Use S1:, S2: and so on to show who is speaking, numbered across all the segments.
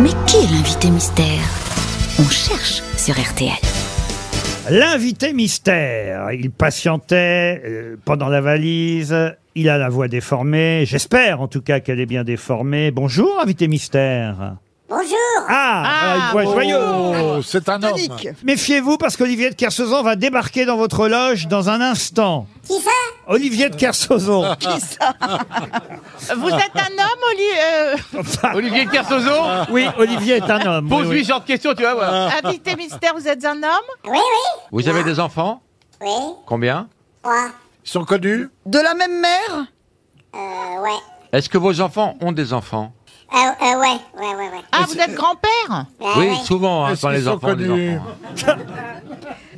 S1: Mais qui est l'invité mystère On cherche sur RTL.
S2: L'invité mystère. Il patientait euh, pendant la valise. Il a la voix déformée. J'espère en tout cas qu'elle est bien déformée. Bonjour, invité mystère.
S3: Bonjour
S2: Ah, voilà une voix joyeuse.
S4: Oh, c'est un homme.
S2: Méfiez-vous parce qu'Olivier de Kersauzon va débarquer dans votre loge dans un instant.
S3: Qui ça
S2: Olivier de Kersauzon.
S5: Vous êtes un homme, Oli euh,
S6: Olivier
S4: Ah.
S6: Kersozo
S2: oui, Olivier est un homme. oui,
S6: Pose-lui
S2: oui.
S6: ce genre de questions, tu vas voir.
S5: invité mystère, vous êtes un homme
S3: Oui, oui,
S6: Vous avez des enfants
S3: oui,
S6: Combien
S3: moi,
S4: Ils sont connus
S7: De la même mère
S3: euh, ouais.
S6: Est-ce que vos enfants ont des enfants
S3: Euh, euh, ouais, ouais, ouais, ouais.
S5: Ah, vous êtes grand-père
S3: Bah,
S6: Oui,
S3: ouais.
S6: souvent, hein,
S4: Est-ce
S6: quand
S4: qu'ils
S6: les
S4: sont
S6: enfants ont des
S4: connus
S6: enfants. hein.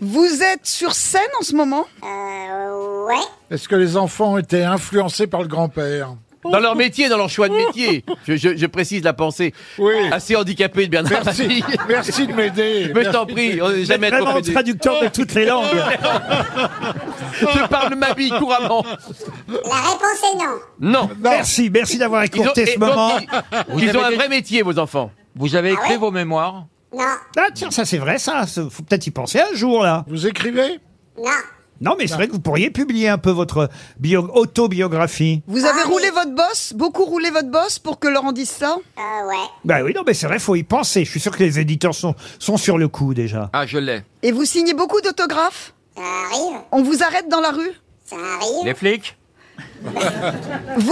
S7: Vous êtes sur scène en ce moment
S3: Euh, ouais.
S4: Est-ce que les enfants ont été influencés par le grand-père
S6: Dans leur métier, dans leur choix de métier. Je, je- je précise la pensée.
S4: Oui.
S6: Assez handicapé de Bernard
S4: Merci,
S6: Mabille.
S4: merci de m'aider.
S6: Ah Mais je t'en prie, on n'est
S2: Vous êtes
S6: jamais trop
S2: vraiment
S6: fait du-
S2: traducteur de toutes les langues.
S6: Je parle ma bille couramment.
S3: La réponse est non.
S6: Non.
S2: Merci, merci d'avoir
S6: Ils ont,
S2: écourté
S6: et
S2: ce
S6: donc,
S2: moment.
S6: ils- ils ont un vrai métier, vos enfants.
S8: Vous avez écrit
S3: ouais
S8: vos mémoires
S3: Non,
S2: Ah tiens, ça c'est vrai ça. Ça, Faut peut-être y penser un jour là.
S4: Vous écrivez
S3: non.
S2: Non, mais c'est vrai que vous pourriez publier un peu votre bio- autobiographie.
S7: Vous avez
S3: Ah,
S7: roulé
S3: oui.
S7: votre bosse Beaucoup roulé votre bosse pour que Laurent dise ça
S3: Euh, ouais.
S2: Bah oui, non, mais c'est vrai, faut y penser. Je suis sûr que les éditeurs sont, sont sur le coup déjà.
S8: Ah, je l'ai.
S7: Et vous signez beaucoup d'autographes
S3: Ça arrive,
S7: On vous arrête dans la rue
S3: ça arrive.
S8: Les flics
S7: Vous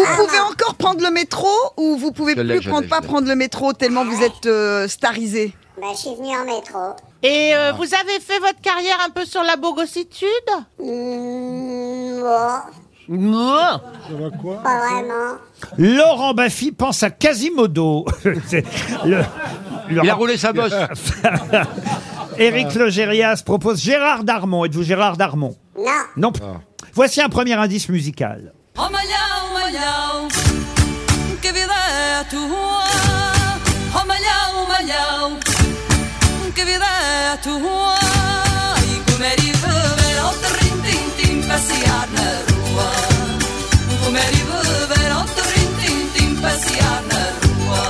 S8: Ah.
S7: pouvez encore prendre le métro ou vous pouvez
S8: Je l'ai,
S7: plus
S8: je l'ai,
S7: prendre,
S8: je
S7: pas
S8: l'ai.
S7: prendre le métro tellement vous êtes euh, starisé
S3: Bah, je suis venu en métro.
S5: Et
S8: Ah.
S5: euh, vous avez fait votre carrière un peu sur la bogossitude
S3: Mmh, bon,
S6: Non.
S3: pas vraiment.
S2: Laurent Baffy pense à Quasimodo. C'est le- le
S8: Il a roulé Ah. sa bosse.
S2: Éric Logérias propose Gérard Darmon. Êtes-vous Gérard Darmon
S3: Non,
S2: Non.
S8: Ah.
S2: Voici un premier indice musical.
S9: Oh, Omalhão, malhão, que vida Oh, é a tua? Omalhão, malhão, que vida é a tua? E comer e beber ao terrim-tim-tim, passear na rua. Comer e beber ao terrim-tim-tim, passear na rua.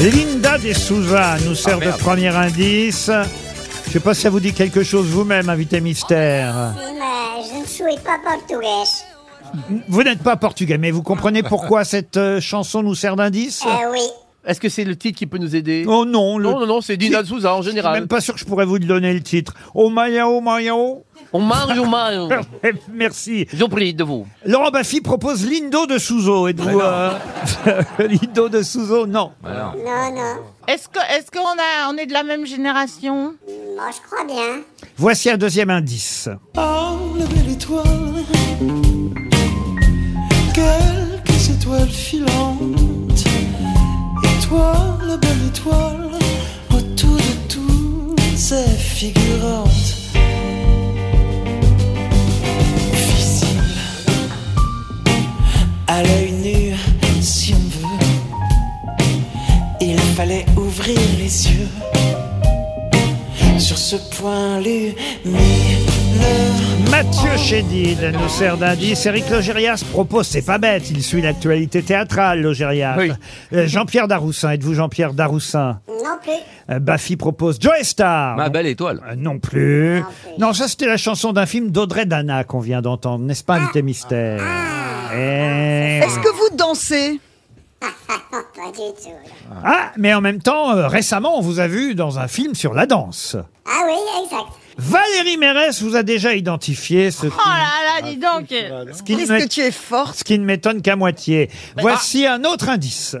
S2: Linda de Souza nous sert de
S8: Ah, merde.
S2: premier indice. Je sais pas si ça vous dit quelque chose vous-même, invité mystère.
S3: si, mais euh, je ne suis pas portugais.
S2: Vous n'êtes pas portugais, mais vous comprenez pourquoi cette euh, chanson nous sert d'indice
S3: Euh, oui.
S6: Est-ce que c'est le titre qui peut nous aider
S2: Oh non, le...
S6: Non, non, non, c'est Dina Souza en
S2: Je suis
S6: général.
S2: même pas sûr que je pourrais vous donner le titre. Oh Mayao, Mayao.
S6: On mange, on mange.
S2: Merci.
S6: Ils ont pris de vous.
S2: Laurent Baffy propose Lindo de Souzo. Êtes-vous euh, Lindo de Souzo Non.
S3: Non, non.
S5: Est-ce que est-ce qu'on a on est de la même génération
S3: Moi, je crois bien.
S2: Voici un deuxième indice.
S10: Oh, la belle étoile, quelques étoiles filantes. Et toi, la belle étoile, autour de toutes ces figurantes. Visible à l'œil nu, si on veut. Il fallait ouvrir les yeux sur ce point lumineux.
S2: Mathieu Chédid nous sert d'indice. Éric Logérias propose, c'est pas bête, il suit l'actualité théâtrale, Logérias.
S6: Oui.
S2: Euh, Jean-Pierre Daroussin, êtes-vous Jean-Pierre Daroussin
S3: Non plus.
S2: Euh, Baffy propose Joe Star.
S8: Ma
S2: Non-
S8: belle étoile.
S2: euh, Non plus.
S3: plus.
S2: Non, ça c'était la chanson d'un film d'Audrey Dana qu'on vient d'entendre, n'est-ce pas, Invité Mystère Eh.
S7: Est-ce que vous dansez
S3: Non, Ah, pas du tout. là.
S2: Ah, mais en même temps, euh, récemment, on vous a vu dans un film sur la danse.
S3: Ah oui, exact.
S2: Valérie Mérès vous a déjà identifié, ce qui,
S5: Oh là là, dis
S8: Ah,
S5: donc
S2: ce qui ne
S7: Qu'est-ce que
S2: m'é-
S7: tu es forte
S2: ce qui ne m'étonne qu'à moitié. Voici un autre indice.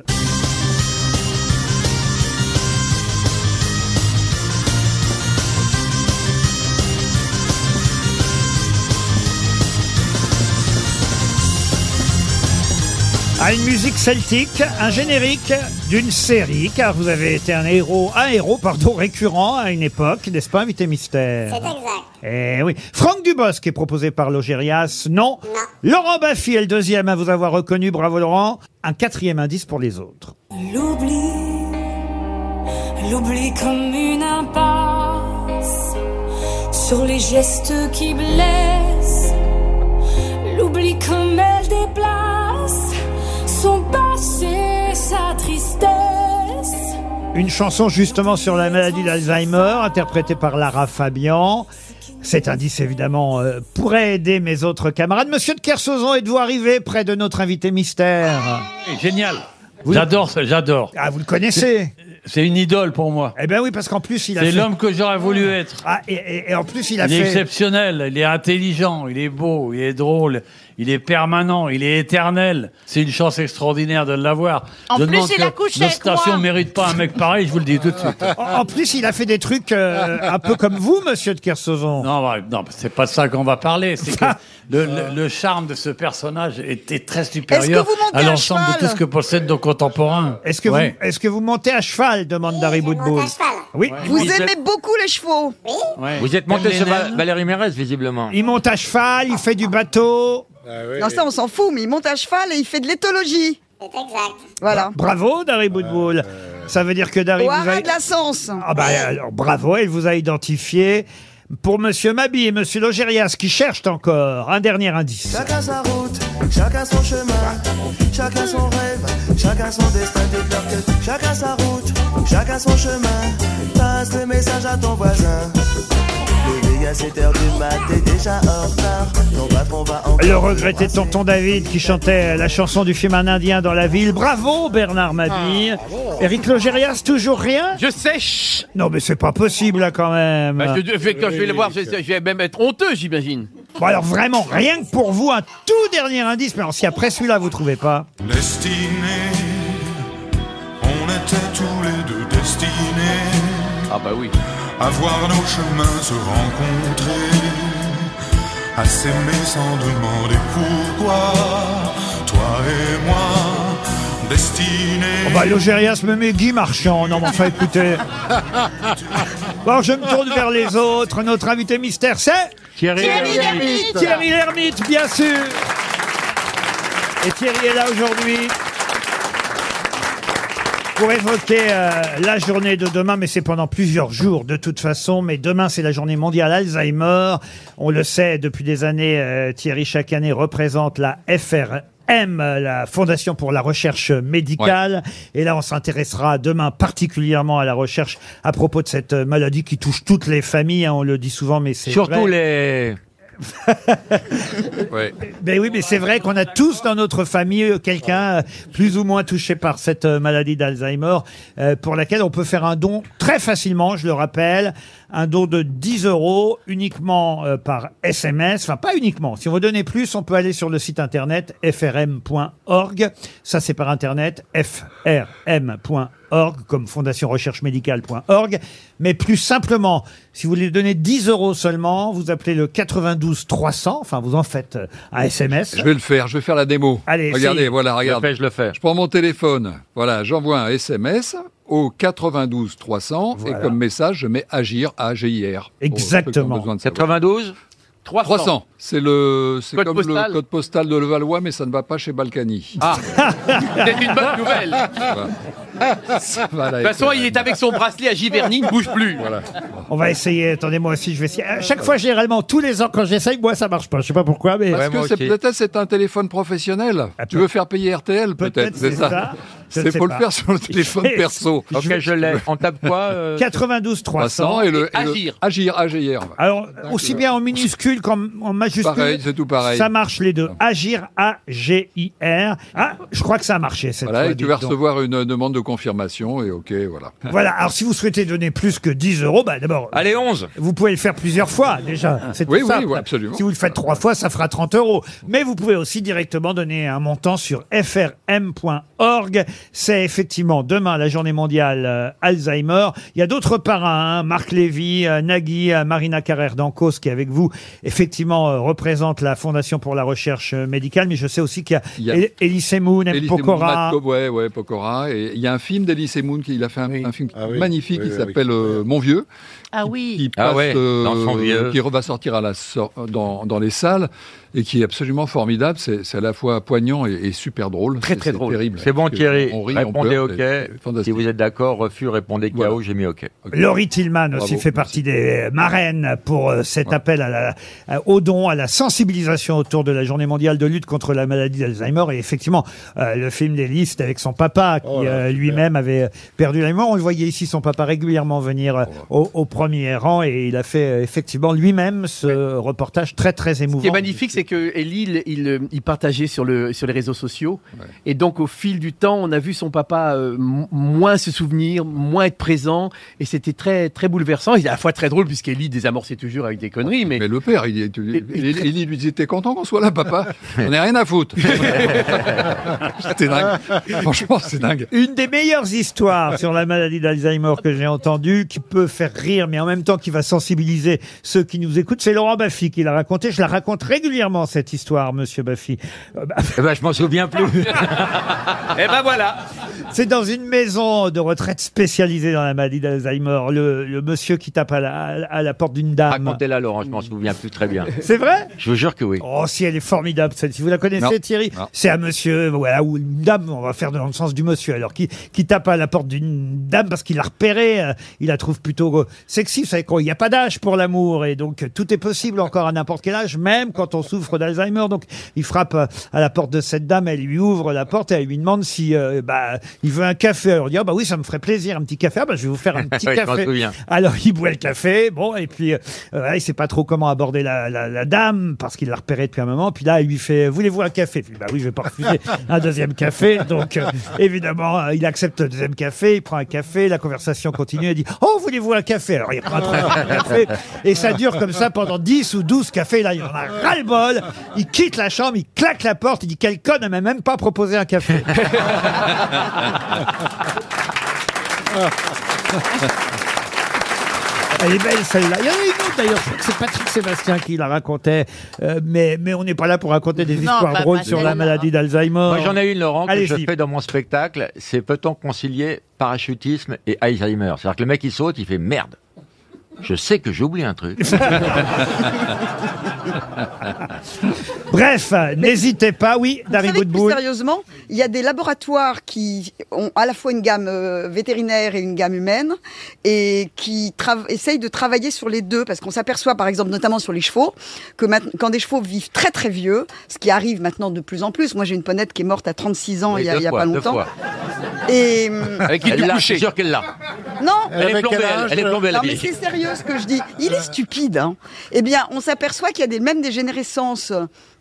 S2: à une musique celtique, un générique d'une série, car vous avez été un héros, un héros, pardon, récurrent à une époque, n'est-ce pas, invité mystère
S3: C'est exact.
S2: Eh oui. Franck Dubosc est proposé par Logérias, non. Laurent Baffy est le deuxième à vous avoir reconnu, bravo Laurent. Un quatrième indice pour les autres.
S9: L'oubli, l'oubli comme une impasse sur les gestes qui blessent. L'oubli comme elle déplace
S2: Une chanson justement sur la maladie d'Alzheimer, interprétée par Lara Fabian. Cet indice, évidemment, euh, pourrait aider mes autres camarades. Monsieur de Kersauzon, êtes-vous arrivé près de notre invité mystère
S8: Génial. J'adore ça, j'adore.
S2: Ah, vous le connaissez
S8: C'est une idole pour moi.
S2: Eh bien oui, parce qu'en plus, il a
S8: C'est
S2: fait-
S8: l'homme que j'aurais voulu être.
S2: Ah, et, et- et en plus, il a
S8: Il est
S2: fait...
S8: exceptionnel, il est intelligent, il est beau, il est drôle, il est permanent, il est éternel. C'est une chance extraordinaire de l'avoir.
S5: En
S8: Je
S5: plus,
S8: demande
S5: il
S8: que
S5: a couché
S8: Notre
S5: avec moi.
S8: station ne mérite pas un mec pareil, je vous le dis tout de suite.
S2: En en plus, il a fait des trucs euh, un peu comme vous, monsieur de Kersauzon.
S8: Non, bah, non c'est pas de ça qu'on va parler. C'est que le, le- le charme de ce personnage était très supérieur
S7: vous montez
S8: à
S7: à
S8: l'ensemble de
S7: cheval
S8: tout ce que possèdent nos contemporains.
S2: Est-ce que,
S8: Ouais.
S2: vous, est-ce que vous montez à cheval demande Dari
S3: je monte
S2: Boudboul.
S3: à cheval.
S2: Oui,
S7: Vous
S8: Vous êtes-
S7: aimez beaucoup les chevaux.
S8: Ouais.
S6: Vous êtes monté
S8: Comme
S6: sur
S8: les
S6: Va-
S8: naines.
S6: Valérie Mérez, visiblement.
S2: il monte à cheval, il fait du bateau.
S4: Ah oui.
S7: Non, ça, on s'en fout, mais il monte à cheval et il fait de l'éthologie.
S3: C'est exact.
S7: Voilà.
S8: Bah,
S2: Bravo, Dari Boudboul. Ça veut dire que Dari
S7: Ah. Au
S2: vous a...
S7: haras de la Sens.
S2: Ah bah, alors, bravo, elle vous a identifié. Pour Monsieur Mabi et Monsieur Logérias qui cherchent encore un dernier indice.
S10: Chacun sa route, chacun son chemin, chacun son rêve, chacun son destin déclare que chacun sa route, chacun son chemin, passe le message à ton voisin. Les dégâts 7h du mat, t'es déjà en retard, ton patron va encore.
S2: Le regretté tonton David qui chantait la chanson du film Un Indien dans la ville. Bravo Bernard Mabille. Eric Logérias, toujours rien
S6: Je sèche.
S8: Ah.
S2: Non mais c'est pas possible là quand même.
S6: Bah, je- je- quand je vais le voir, je, je vais même être honteux, j'imagine.
S2: Bon alors vraiment, rien que pour vous, un tout dernier indice. Mais alors, si après celui-là vous trouvez pas...
S11: Destinés, on était tous les deux destinés
S6: Ah bah oui.
S11: à voir nos chemins se rencontrer, à s'aimer sans demander pourquoi, toi et moi, destinés.
S2: Oh bah Logérias me met Guy Marchand. Non mais enfin écoutez... Bon, je me tourne vers les autres. Notre invité mystère, c'est...
S8: Thierry,
S2: Thierry Lhermitte, bien sûr. Et Thierry est là aujourd'hui pour évoquer euh, la journée de demain, mais c'est pendant plusieurs jours de toute façon. Mais demain, c'est la journée mondiale Alzheimer. On le sait depuis des années, euh, Thierry chaque année représente la FRM, euh, la Fondation pour la recherche médicale. Et là, on s'intéressera demain particulièrement à la recherche à propos de cette euh, maladie qui touche toutes les familles. hein, on le dit souvent, mais c'est vrai.
S8: Surtout les.
S2: Ben oui, mais c'est vrai qu'on a tous dans notre famille euh, quelqu'un euh, plus ou moins touché par cette euh, maladie d'Alzheimer, euh, pour laquelle on peut faire un don très facilement, je le rappelle, un don de 10 euros uniquement euh, par SMS, enfin pas uniquement. Si on veut donner plus, on peut aller sur le site internet frm.org, ça c'est par internet frm.org comme fondationrecherchemédicale.org, mais plus simplement, si vous voulez donner 10 euros seulement, vous appelez le 92 300, enfin vous en faites euh, un SMS.
S12: Je vais le faire, je vais faire la démo.
S2: Allez,
S12: Regardez,
S2: essayez.
S12: voilà,
S8: Je le
S12: Ah, regarde.
S8: fais, je le fais.
S12: Je prends mon téléphone, voilà, j'envoie un SMS au 92 300
S2: Voilà.
S12: et comme message, je mets agir, AGIR. Pour ceux qui ont
S2: Exactement.
S12: besoin de savoir.
S6: 92 300.
S12: 300, c'est le, c'est
S6: Code
S12: comme
S6: postal. Ah.
S12: le code postal de Levallois, mais ça ne va pas chez Balkany.
S6: C'est une bonne nouvelle. De
S12: Voilà,
S6: toute façon, il est avec son bracelet à Giverny, il ne bouge plus.
S12: Voilà.
S2: On va essayer. Attendez, moi aussi, je vais essayer. À chaque fois, généralement, tous les ans, quand j'essaye, moi, ça marche pas. Je sais pas pourquoi, mais.
S12: Parce
S8: moi
S12: que c'est
S8: aussi.
S12: peut-être c'est un téléphone professionnel.
S2: Ah,
S12: tu
S2: peut-
S12: veux faire payer RTL peut-être,
S2: Peut-être, c'est ça. Je ne
S12: C'est
S2: sais
S12: faut
S2: pas.
S12: le faire sur le téléphone
S2: vais-
S12: perso.
S8: Ok, je l'ai. On tape quoi euh,
S2: 92 300.
S12: 300 et le,
S6: Et
S12: et le-
S6: agir.
S12: agir, AGIR.
S2: Alors, aussi bien en minuscule qu'en en majuscule.
S12: Pareil, c'est tout pareil. Ah.
S2: Ça marche les deux. Agir, A-G-I-R. Ah, je crois que ça a marché cette
S12: Voilà,
S2: fois.
S12: et tu
S2: dites
S12: vas
S2: donc.
S12: recevoir une euh, demande de confirmation et ok, voilà.
S2: Voilà. Alors, si vous souhaitez donner plus que 10 euros, bah, d'abord,
S8: Allez, 11
S2: vous pouvez le faire plusieurs fois, déjà. C'est tout
S12: Ah. Oui, oui,
S2: simple.
S12: oui, absolument.
S2: Si vous le faites trois fois, ça fera 30 euros. Mais vous pouvez aussi directement donner un montant sur frm.org. C'est effectivement demain la journée mondiale euh, Alzheimer. Il y a d'autres parrains, hein, Marc Lévy, euh, Nagui, euh, Marina Carrère d'Ancos qui est avec vous, effectivement, euh, représente la Fondation pour la recherche euh, médicale. Mais je sais aussi qu'il
S12: Il
S2: y
S12: y
S2: a
S12: a-
S2: El- Elie Semoun, M.
S12: Elise
S2: Pokora.
S12: Moon, Matt Cobb, ouais, ouais, Pokora. Et il y a un film d'Elise Moon qui il a fait un, un film
S4: Ah oui.
S12: magnifique
S4: Oui,
S12: qui
S4: oui,
S12: s'appelle
S4: oui.
S12: euh, Mon vieux,
S5: Ah
S12: qui
S5: oui.
S8: Ah
S12: passe, euh,
S8: ouais, dans son vieux.
S12: qui va sortir à la sor- dans, dans les salles. et qui est absolument formidable. C'est c'est à la fois poignant et, et super drôle.
S13: Très,
S12: C'est-
S13: très
S12: c'est
S13: drôle.
S12: terrible.
S13: C'est bon,
S12: Parce que
S13: Thierry.
S12: on rit, on
S13: répondez
S12: pleure,
S13: OK.
S12: c'est-
S13: Si vous êtes d'accord, refus, répondez KO,
S12: Voilà.
S13: j'ai mis OK.
S2: Laurie Tillman aussi
S13: Bravo,
S2: fait partie des euh, marraines pour euh, cet appel à la, à- au don, à la sensibilisation autour de la journée mondiale de lutte contre la maladie d'Alzheimer. Et effectivement, euh, le film des listes avec son papa,
S6: Oh
S2: qui euh, lui-même avait perdu la mémoire. On le voyait ici, son papa régulièrement venir euh,
S6: Oh.
S2: au, au premier rang. Et il a fait euh, effectivement lui-même ce reportage très, très
S6: Ce qui est
S2: émouvant.
S6: magnifique, c'est que Ellie, il, euh, il- il partageait sur, le, sur les réseaux sociaux. Et donc, au fil du temps, on a vu son papa euh, m- moins se souvenir, moins être présent. Et c'était très, très bouleversant. Et à la fois très drôle, puisqu'Ellie désamorçait toujours avec des conneries. Mais,
S12: le père, il, lui disait T'es content qu'on soit là, papa On n'a rien à foutre. C'était dingue. Franchement, c'est dingue.
S2: Une des meilleures histoires sur la maladie d'Alzheimer que j'ai entendue, qui peut faire rire, mais en même temps qui va sensibiliser ceux qui nous écoutent, c'est Laurent Baffy qui l'a raconté. Je la raconte régulièrement, cette histoire, monsieur Baffy. Euh, bah,
S13: Eh ben, je m'en souviens plus.
S6: Eh ben voilà
S2: C'est dans une maison de retraite spécialisée dans la maladie d'Alzheimer. Le, le monsieur qui tape à la, à la- à la porte d'une dame.
S13: Racontez la Laurent, je
S6: Mm.
S13: m'en souviens plus très bien.
S2: C'est vrai
S13: Je vous jure que oui.
S2: Oh, si elle est formidable, celle Si vous la connaissez,
S13: Non.
S2: Thierry,
S13: Non.
S2: c'est un monsieur, voilà, ou une dame, on va faire dans le sens du monsieur, alors, qui, qui tape à la porte d'une dame parce qu'il l'a repérée, euh, il la trouve plutôt euh, sexy, vous savez quoi, il n'y a pas d'âge pour l'amour, et donc euh, tout est possible encore à n'importe quel âge, même quand on souffre d'Alzheimer. Donc, il frappe euh, à la porte de cette dame, elle lui ouvre la porte et elle lui demande si, euh, bah, il veut un café. Alors, il dit, ah bah oui, ça me ferait plaisir, un petit café, ah bah je vais vous faire un petit
S13: Oui, je m'en
S2: café.
S13: souviens.
S2: Alors il boit le café, bon, et puis euh, voilà, il sait pas trop comment aborder la, la- la dame parce qu'il l'a repérée depuis un moment. Puis là, il lui fait voulez-vous un café Puis bah oui, je vais pas refuser un deuxième café. Donc euh, évidemment, euh, il accepte le deuxième café, il prend un café, la conversation continue. Il dit oh voulez-vous un café Alors il prend un troisième café et ça dure comme ça pendant 10 ou 12 cafés. Là, il en a ras-le-bol. Il quitte la chambre, il claque la porte, il dit quel con ne m'a même pas proposé un café. Elle est belle celle-là. Il y en a une autre d'ailleurs, je crois que c'est Patrick Sébastien qui la racontait. Euh, mais, mais on n'est pas là pour raconter des histoires
S13: pas-
S2: drôles
S13: pas
S2: sur la
S13: celle-là.
S2: maladie d'Alzheimer.
S13: Moi, j'en ai une, Laurent, que je
S2: Allez-y.
S13: fais dans mon spectacle. C'est peut-on concilier parachutisme et Alzheimer C'est-à-dire que le mec, il saute, il fait merde. Je sais que j'oublie un truc.
S2: Bref, n'hésitez pas, oui, Dari
S7: savez que plus
S2: Boudboul.
S7: sérieusement, il y a des laboratoires qui ont à la fois une gamme euh, vétérinaire et une gamme humaine et qui trava- essayent de travailler sur les deux parce qu'on s'aperçoit par exemple notamment sur les chevaux que maintenant- quand des chevaux vivent très très vieux, ce qui arrive maintenant de plus en plus. Moi j'ai une ponette qui est morte à 36 ans
S13: Oui,
S7: il y a,
S13: deux
S7: il y a
S13: fois,
S7: pas
S13: deux
S7: longtemps.
S13: fois.
S7: Et hum,
S13: Avec qui tu l'a, je suis sûr qu'elle l'a.
S7: Non,
S13: Elle est Avec plombée, quel elle- âge, elle est euh plombée, la
S7: Non, mais
S13: vieille.
S7: c'est sérieux ce que je dis. Il est stupide. Hein. Eh bien, on s'aperçoit qu'il y a des, même des générescences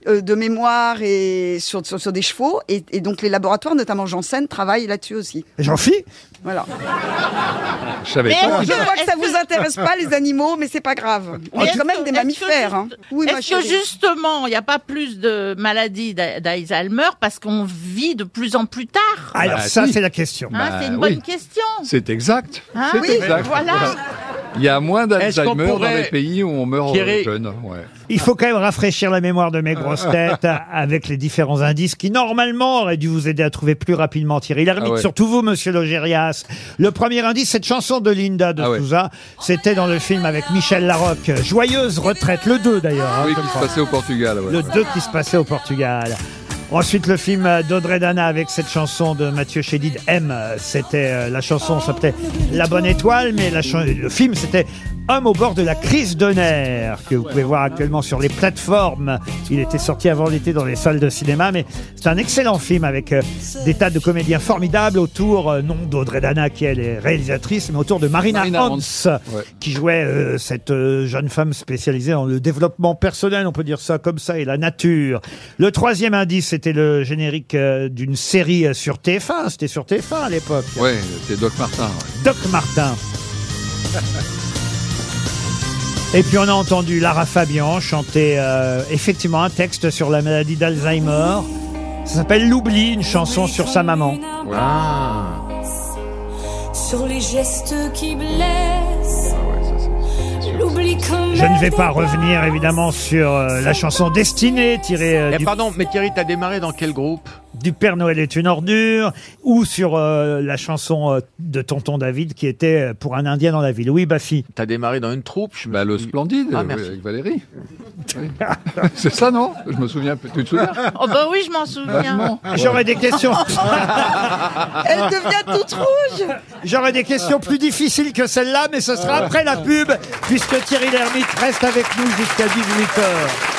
S7: euh, de mémoire et sur, sur, sur des chevaux. Et, et donc, les laboratoires, notamment Janssen, travaillent là-dessus aussi.
S2: J'en fis
S7: Voilà.
S12: Je savais
S7: Mais
S12: pas.
S7: je vois que ça vous intéresse pas, les animaux, mais c'est pas grave. On est quand même des mammifères. hein. Oui,
S5: Est-ce
S7: ma
S5: que
S7: chérie.
S5: justement, il n'y a pas plus de maladies d'A- d'Alzheimer parce qu'on vit de plus en plus tard
S13: Bah,
S2: Alors ça, c'est la question.
S7: Ah.
S5: Hein, C'est une bonne question.
S12: C'est exact.
S5: Hein
S12: c'est
S5: Oui,
S12: exact.
S5: voilà.
S12: Il y a moins
S2: Est-ce qu'on
S12: d'Alzheimer dans
S2: pourrait-
S12: les pays où on meurt
S2: Thierry-
S12: jeune. ouais.
S2: Il faut quand même rafraîchir la mémoire de mes grosses têtes avec les différents indices qui, normalement, auraient dû vous aider à trouver plus rapidement Thierry Lhermitte,
S12: Ah ouais.
S2: surtout vous, monsieur Logérias. Le premier indice, cette chanson de Linda
S13: Ah
S2: de Souza, c'était dans le film avec Michel Larocque, Joyeuse retraite, le 2 d'ailleurs.
S8: Ah,
S2: hein,
S12: Oui,
S2: comme
S12: qui se
S2: ça.
S12: passait au Portugal. ouais.
S2: Le 2 qui se passait au Portugal. Ensuite, le film euh, d'Audrey Dana avec cette chanson de Mathieu Chédid, M. Euh, C'était euh, la chanson, s'appelait La Bonne Étoile, mais la chan- le film, c'était Homme au bord de la crise de nerfs, que vous pouvez voir actuellement sur les plateformes. Il était sorti avant l'été dans les salles de cinéma, mais c'est un excellent film avec euh, des tas de comédiens formidables autour, euh, non d'Audrey Dana qui elle est réalisatrice, mais autour de Marina,
S12: Marina
S2: Hans,
S12: Hans. Ouais.
S2: qui jouait euh, cette euh, jeune femme spécialisée dans le développement personnel, on peut dire ça comme ça, et la nature. Le troisième indice, c'était le générique euh, d'une série euh, sur TF1. C'était sur TF1 à l'époque.
S12: Ouais, c'est Doc Martin. ouais.
S2: Doc Martin. Et puis on a entendu Lara Fabian chanter euh, effectivement un texte sur la maladie d'Alzheimer. Ça s'appelle L'oubli, une chanson sur sa maman.
S6: Ah.
S9: Sur les gestes qui blessent. L'oubli comme
S2: Je ne vais pas revenir évidemment sur euh, la chanson Destinée tirée euh,
S6: Eh,
S2: du
S6: pardon, mais Thierry, t'as démarré dans quel groupe
S2: du Père Noël est une ordure, ou sur euh, la chanson euh, de Tonton David qui était euh, pour un Indien dans la ville. Oui, Bafi.
S6: T'as démarré dans une troupe je
S4: bah, Le Splendide,
S6: Ah,
S4: oui,
S6: merci.
S4: avec Valérie. Oui. C'est ça, non Je me souviens, tu te souviens
S7: Oh bah oui, je m'en souviens.
S4: Vachement.
S5: Ah
S4: J'aurais
S2: des questions.
S7: Elle devient toute rouge.
S2: J'aurais des questions plus difficiles que celle-là, mais ce sera après la pub, puisque Thierry Lhermitte reste avec nous jusqu'à 18h.